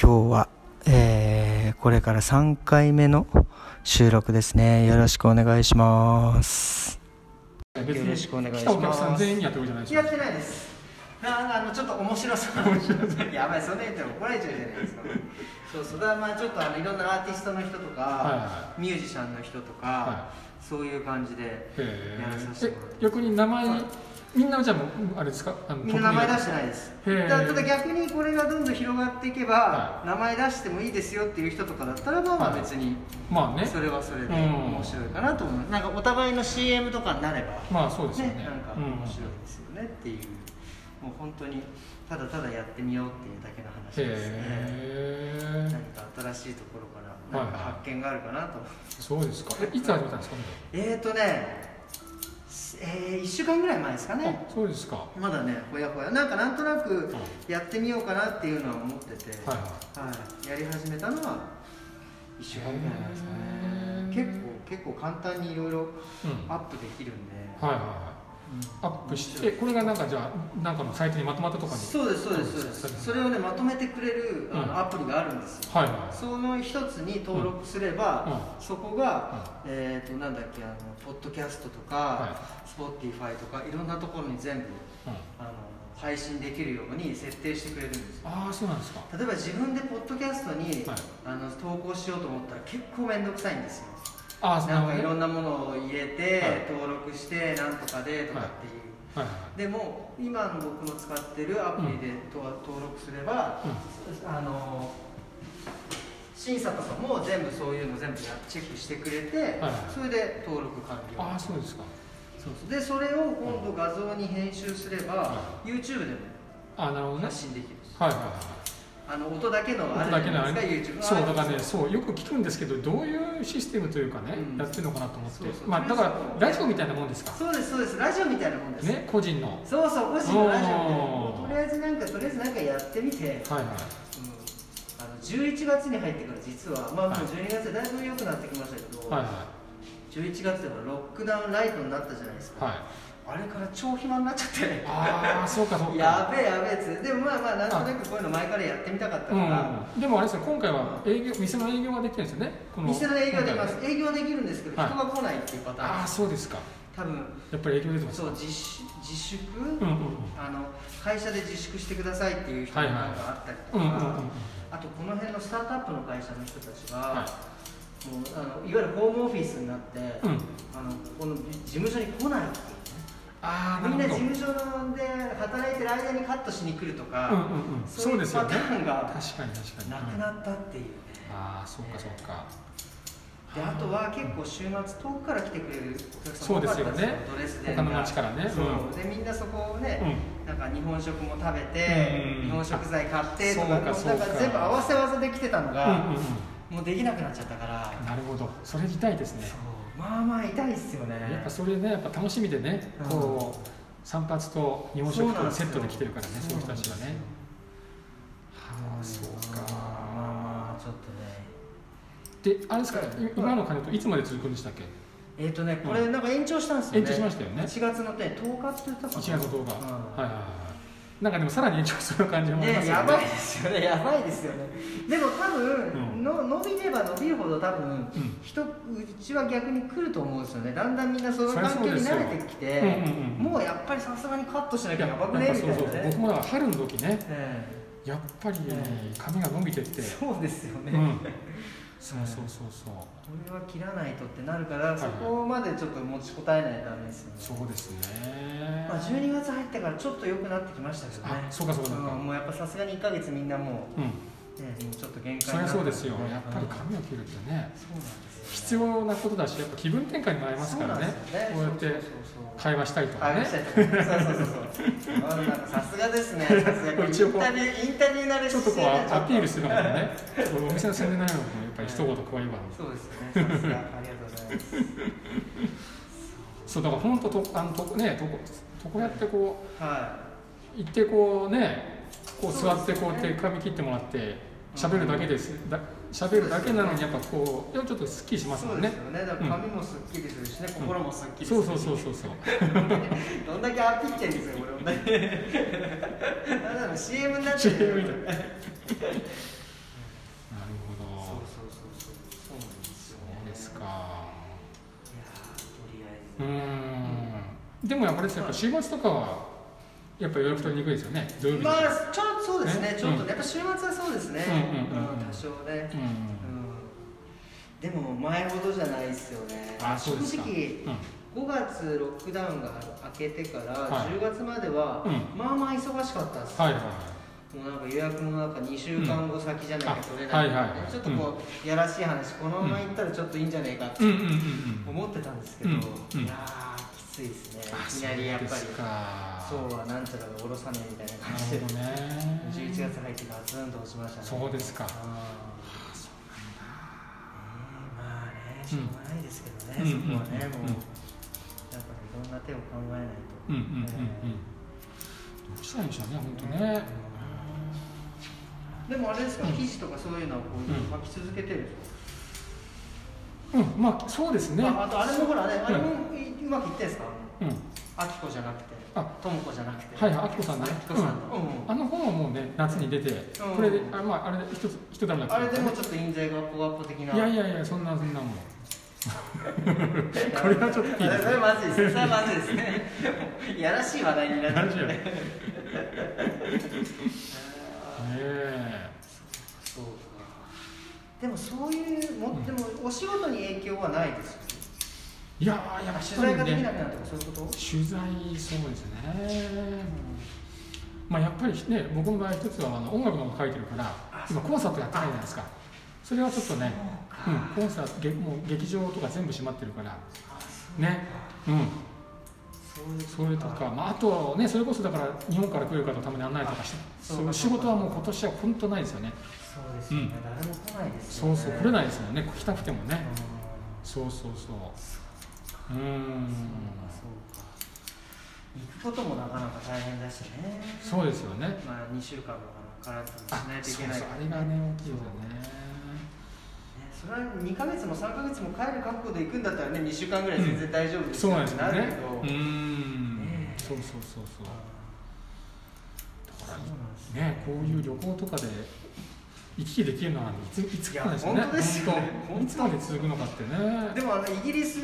今日は、えーこれから3回目の収録ですね。よろしくお願いします。別よろしくお願いします来たお客さん全員やってるじゃないですやかってないです。なんかあのちょっと面白そうな。やばい、そんな言ったら怒られちゃうじゃないですか。そうそう、だからまあちょっとあのいろんなアーティストの人とか、はいはミュージシャンの人とか、はそういう感じでへやらさせえてもらう。逆に名前みんなじゃあもうあれですかあのみんな名前出してないです。へーだただ逆にこれがどんどん広がっていけば、は名前出してもいいですよっていう人とかだったらまあまあはい別にまあねそれはそれでうん面白いかなと思う。なんかお互いの CM とかになれば、まあそうですよねねなんかうん面白いですよねっていう、もう本当にただただやってみようっていうだけの話ですね。へ何えか新しいところからなんかはい発見があるかなと思う。そうですかえいつ始めたんですかえーとね、えー、1週間ぐらい前ですかね。あそうですかはまだね、ほやほや、なんかなんとなくやってみようかなっていうのは思ってて、いははいいやり始めたのは1週間ぐらい前ですかね、へ結ー構、結構簡単にいろいろうんアはッいプできるんで、はいはいアップしてこれがなんかじゃあなんかのサイトにまとまったとかにそうです、そうです、そうです、それをね、まとめてくれるあうんのアプリがあるんですよ。はいはその一つに登録すれば、そこが、えっ、となんだっけあのポッドキャストとか、はスポッティファイとかいろんなところに全部いうんあの配信できるように設定してくれるんですよああそうなんですか例えば自分でポッドキャストに、はいあの投稿しようと思ったら結構面倒くさいんですよああなんかいろんんなものを入れて、はい登録してなんとかでとかっていう、はいはでも今の僕の使ってるアプリでと、登録すれば、あの審査とかも全部そういうの全部やチェックしてくれて、はいそれで登録完い了ああそうですかそうそうでそれを今度画像に編集すれば、は YouTube であなるほどもね発信できるんですはいはいはいあの音だけのあ音れだけじゃのあないれですか YouTube そうだかあらねそうよく聞くんですけどどういうシステムというかね、うんやってるのかなと思ってそうそうまあだからラジオみたいなもんですかそうですそうですラジオみたいなもんです、ね個人のはいそうそう個人のラジオみたいなおもーうとりあえずなんかとりあえずなんかやってみて、うん、はいあの11月に入ってから実はまあもうはい12月でだいぶ良くなってきましたけど、はい11月ではロックダウンライトになったじゃないですか、はいあれから超暇になっちゃってああそうかそうかやべえやべえっつってでもまあまあなんとなくこういうの前からやってみたかったかうんら、うん、でもあれですよ今回は営業店の営業ができてるんですよねこの店の営業できます今回は営業できるんですけど人はいが来ないっていうパターン、ああそうですか多分やっぱり営業出てますそう自粛自粛、うんうんうんあの会社で自粛してくださいっていう人もはいはないんかあったりとうか、んうんうんうんあとこの辺のスタートアップの会社の人たちが、、はいもうあのいわゆるホームオフィスになって、うんあのこの事務所に来ないっていうああねみんななるほ事ど務所で働いてる間にカットしに来るとか、うんうんうんそうそういでうすよパねターン確がかに確かになくうんなったっていうね、ああそうかそうかであとは結構週末遠くから来てくれるお客さんそうも多でかっすたよんですよねドレスデンが他の町からねそう、うんでみんなそこをね、なんか日本食も食べうてん日本食材買ってとかそうかもうなんそうかか全部合わせ合わせで来てたのうんが、うんうんもうできなくなっちゃったから、なるほど、それ自体ですねそ。うまあまあ痛いっすよねやっぱそれね、やっぱ楽しみでね、うんこう散髪と日本そう食なとんのですセよットで来てるからね、そういう人たちはね。はあ、そそうなんですようか。まあまあちょっとねで、あれですかはい、い今の金といつまで続くんでしたっけ？えっ、とねこれなんか延長したんですよね延長しましたよね1月のね10日って言ったかな1月の動画。うんはいはいはい。なんかでもさらに延長する感じもありまね、すよやね。ばいですよね、やばいですよね。でも多分、うんの伸びれば伸びるほど多分、うん人うちは逆に来ると思うんですよね。だんだんみんなそのそり環ゃそう境でにすよ慣れてきて、うんうんうんもうやっぱりさすがにカットしないきゃややばくねなんみかたそうそういなね。僕もだから春の時ねえやっぱりえ髪が伸びてって、えそうですよね。 うんそうそうそうそうこれは切らないとってなるから、いそこまでちょっと持ちこたえないとダメですよね。そうですねまあ12月入ってからちょっと良くなってきましたけどねあ。そうかそうかそうかんもうやっぱさすがに1ヶ月みんなもうう、んね、もうちょっと限界になってそりゃそうですよねやっぱり髪を切るってねそうなんですよね必要なことだしやっぱ気分転換になりますからねこうやってい会話したりとか会ね話したりとかねそうそう そうそうあなんかさすがですねさすがイ一応ンこうタビューインタビュー慣れちょっとこうアピールするのもねこのお店の宣伝なのもやっぱり一言加えればそうですよねさすがありがとうございますそうだから本当とあのとねとことこやってこはう行ってこうねこう座ってこうやっそうてです髪切ってもらって喋るだけですだ喋るだけなのにやっぱこうちょっとすっきりしいますもそうんでねすよねだから髪もすっきりするしねうん心もすっきりすそるうしそうそうそうそうどんだけアピってんですよ俺 もなんだろう CM になって CM みたいるなうーんでもやっぱりですねやっぱ週末とかはやっぱ予約取りにくいですよね土曜日まとかあちょっとそうですねねちょっとねやっぱ週末はそうですね、うんうんうんうん多少ね、うんうん、でも前ほどじゃないですよねあそうですか正直5月ロックダウンが明けてからはい10月までは、うまあまあ忙しかったです、はいはいもうなんか予約もなんか2週間後先じゃなきゃ取れあはないいはいちょっとこう、やらしい話このままいったらちょっといいんじゃないかってうんうんうんうん思ってたんですけど、うんうんいやーきついですねあいきなりやっぱりそうですかそうはなんちゃらがおろさねえみたいな感じでなるほどね11月入ってガツンと落ちましたねそうですかあーまあねんしょうがないですけどね、うんそこはね、うんもううんやっぱりいろんな手を考えないとうんうんえうんうんどうしたらいいんでしょうね本当ねーでもあれですか、うん記事とかそういうのをこう書き続けてるんですかうんまあそうですねまあ、あとあれもほらね、んあれもいうまくいってんですか、うんあきこじゃなくてあ、ともこじゃなくて、はいはいあきこさんあねきこさんの、うんあの本はもうね夏に出てこれであまああれで一つ一段落あれでもちょっと印税がポワポ的な、いやいやいやそんなそ んなもんこれはちょっといいであすそれまずいですね、それまずいですね、いやらしい話題になっちゃう大丈 夫ねあえーそうか、でもそういう、もでもお仕事に影響はないですよね、いやーやっぱ取材ができなくねなるとか、そういうこと取材そうですねまあやっぱりね僕の場合一つはあの音楽の方書いてるからあ今コンサートやってないじゃないですかそれはちょっとねそううかん、コンサートげもう劇場とか全部閉まってるからあそうねうんそういうそれとか、まあ、あとはねそれこそだから日本から来る方のために案内とかしてそうそういう仕事はもう今年は本当ないですよねそうですよね、誰も来ないですよそうね。そう来れないですもんね来たくてもね、うんそうそうそう。うーん。そうか行くこともなかなか大変だしねそうですよね。まあ2週間もかなからしないといそけうないそうからあねれがね大きいですそよれは2か月も3か月も帰る覚悟で行くんだったらね2週間ぐらい全然大丈夫ね。ですそうなんですよねるけど。うーんね。えそうそうそうあそーそうなんですう。ねこういう旅行とかで行き来できるのはいついつからですよいね。や本当ですよね本当いつまで続くのかってね。でもあのイギリス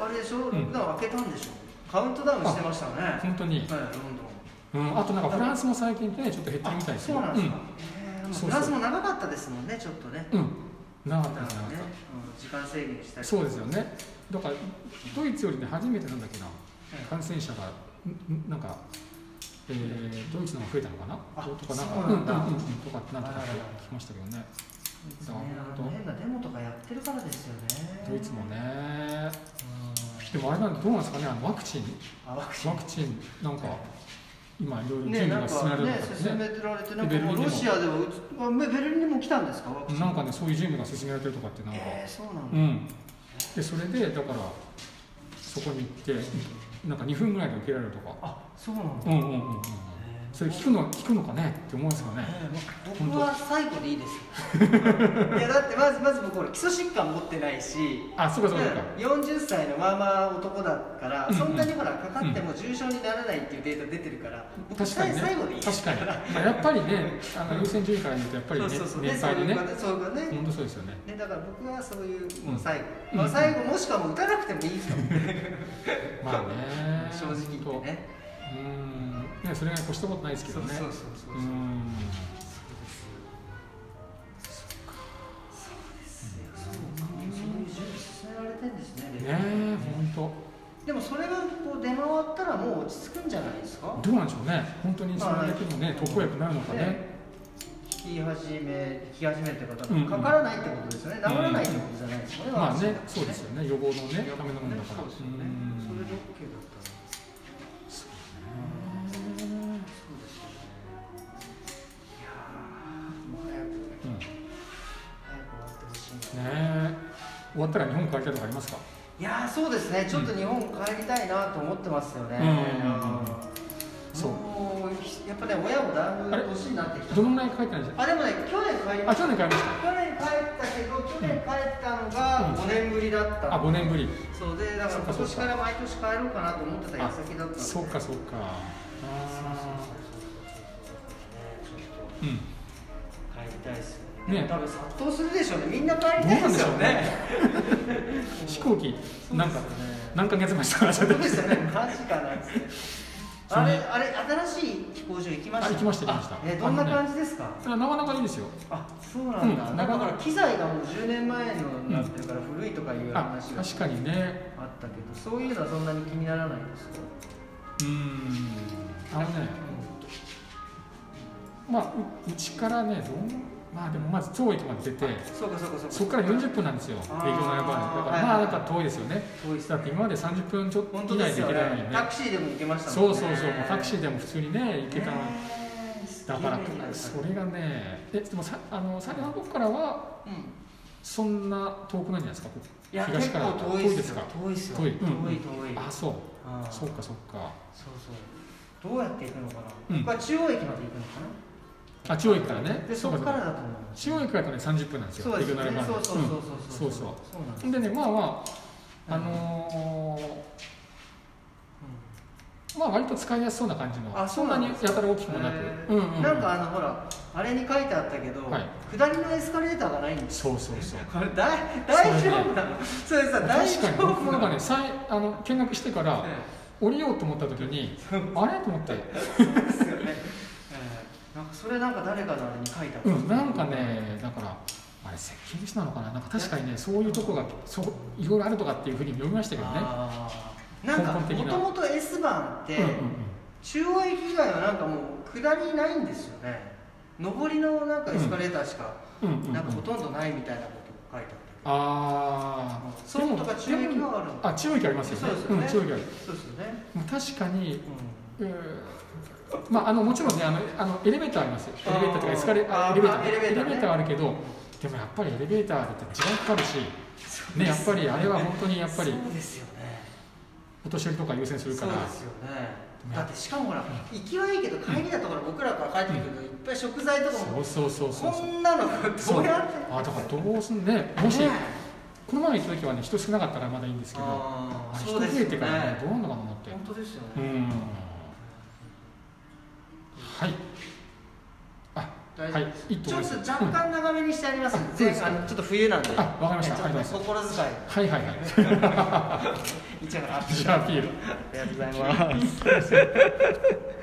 あれでしょうんロックダウン開けたんでしょ、カウントダウンしてましたねはい本当に。ロンうん。あとなんかフランスも最近ねちょっと減ってドるンみたいですそうよ。なんですか、えーまあそうそうフランスも長かったですもんねちょっとねうん。うん。なかったなんじゃかなかねうっ、ん、時間制限したた。りそうですよね。だからドイツよりね初めてなんだっけな。うん感染者がんんなんか、えー、ドイツの方が増えたのかなあとかなんかそうなんだうんうんうんとかってなんとかあららら聞きましたけどねですねあの変なデモとかやってるからですよね。ドイツもねうでもあれなんどうなんですかねあのワクチンん。あ、ワクチワクチンなんか今いろいろ準ね、備なんが進めかられるね、とか進ねめられて、なんかベルもリンにもうロシアではうつ、あベルリンにも来たんですか、ワクチン。なんかねそういう準備が進められてるとかってなんか、えー、そうなんうだ。んでそれでだからそこに行ってなんか2分ぐらいで受けられるとかあ、そうなんだ。うんうんうんうんうんえーそれ聞くの聞くのかねって思うんですかねえー僕は最後でいいです よいやだってまずまず僕ほら基礎疾患持ってないしあそうかそうかそうか40歳のまあまあ男だから、うんうんそんなにほらかかっても重症にならないっていうデータ出てるから、僕確かにね、最後でいいです確かに、まあ、やっぱりね、あの優先順位から言うと、やっぱりね、そうそうそうね年配でね、そういうことね本当そうですよね。ね、だから僕はそういううんもう最後、うんまあ、最後もしかもう打たなくてもいいとまあね、正直言ってね本当。うん、ね、それが越したことないですけそどうそうね。そうそうそうそうう、んですよそうかもうそういう準備進められてんですねねレベルがね、本でもそれがこう出回ったらもう落ち着くんじゃないですか当。どうなんでしょうね、本当にそれだけのね、特効薬になるのかねね。聞き始め聞き始めってことうんうんはかからないってことですよね、治らないってことじゃないですよね、まワあねクチンだ、とそうですよね、予防のねね、ためのものだかそうら。ですよねうんそれで OK だったらそうですよねいやーもう早くうん早く終わってほしいなね、終わったら日本帰りたいとかありますか。いやーそうですね、ちょっと日本帰りたいなと思ってますよね、うんそうもうやっぱね、親もだいぶあれ年になってきた、どのぐらい帰ってないんですか。あでもね、去年帰りまあ、した、去年帰りました。去年帰ったけど、去年帰ったのがうん5年ぶりだったあ、の、五年ぶり。そうで、だから今そうか年そうかから毎年帰ろうかなと思ってた矢先だったんで、そうか、そうか。ちうん。ょっどと帰りたいですよねね、多分殺到するでしょうね、みんな帰りたいですよね、飛行機、 そうなでんすよかね。何ヶ月前とかそう でしたねマジかなっつってそのあれあれ新しい飛行場行きましたあ行きました行きましたえどんな感じですかそれはなかなかいいですよあそうなんだ、うんだから機材がもう10年前のになってるから古いとかいう話あがあっ確かにねたけどそういうのはそんなに気にならないですかうーんあのねまあううちからねどんまあでもまず超駅まで出てそうかそうかそうかそこから40分なんですよ営業あーの山までだかはらいまあはいだから遠いですよね遠いですだって今まで30分ちょっと本以当で内すで行よけねたのにねタクシーでも行けましたもんそねうそうそうもうタクシーでも普通にね行けたのにえーだからすげえなそれがねえでもさあの最初のとこからはうんそんな遠くないんじゃないですいや結かこ東から構遠いです遠いですよ遠いですよか遠遠いいうん遠いこあそうあーそっかそっかそうそうどうやって行くのかうな、んこれは中央駅まで行くのかなあ中央駅からねでそそうかこそうかからだと思う中央駅からだとね30分なんですそようです駅よの山ねまでそうそうそうそううんそうそうそうなんです、でねまあまああのーまあ割と使いやすそうな感じのあそそうんななにんやですたら大きくもなく、うんうんううんん、なんかあのほらあれに書いてあったけど、はい下りのエスカレーターがないんですそうそうそうこれだい大丈夫なのそれさ大確か丈に夫僕もなんかねさいあの見学してからえ降りようと思った時にあれと思ってえですよね、ええなんかそれなんか誰かのあれに書いてあった、うんなんかねだからあれ設計技師なのかななんか確かにねそういうとこがそういろいろあるとかっていうふうに読みましたけどねあーなんか根本的もなともと S 番って、うんうん中央駅以外はなんかもう下りないんですよね上りのなんかエスカレーターしかうんうんうんうなんかほんとんどないみたいなこと書いてああったあけど、そうとか中央駅はあるのあ中央駅ありますよねそうですよねん、中央駅あるそうですよね、まあ確かにううーまあ、あのもちろんねあのあのエレベーターありますよエレベーターとかエスカレあーあエレベーター,、あーエレベーターねはあるけどでもやっぱりエレベーターだって時間かかるし、んね、やっぱりあれは本当にやっぱりそうですよねお年寄りとか優先するかそうらですよねだってしかもほら行きはいいけど帰りだところ僕らから帰ってくるといっぱい食材とかもそうそうそうそうこんなのそどうやってあーだからどうすんねもしねこの前行った時はね人少なかったらまだいいんですけどああーれそ人う増ですえよてねからねどうなのかなって本当ですよね、うんはい大丈夫はいいいとちょ思いっますと若干長めにしてありますうんんそうで、です前かあのちょっと冬なんで、あわかりましたねちょっとね心遣はいはいはいい、一応、あ じゃあアピールりがとうございます。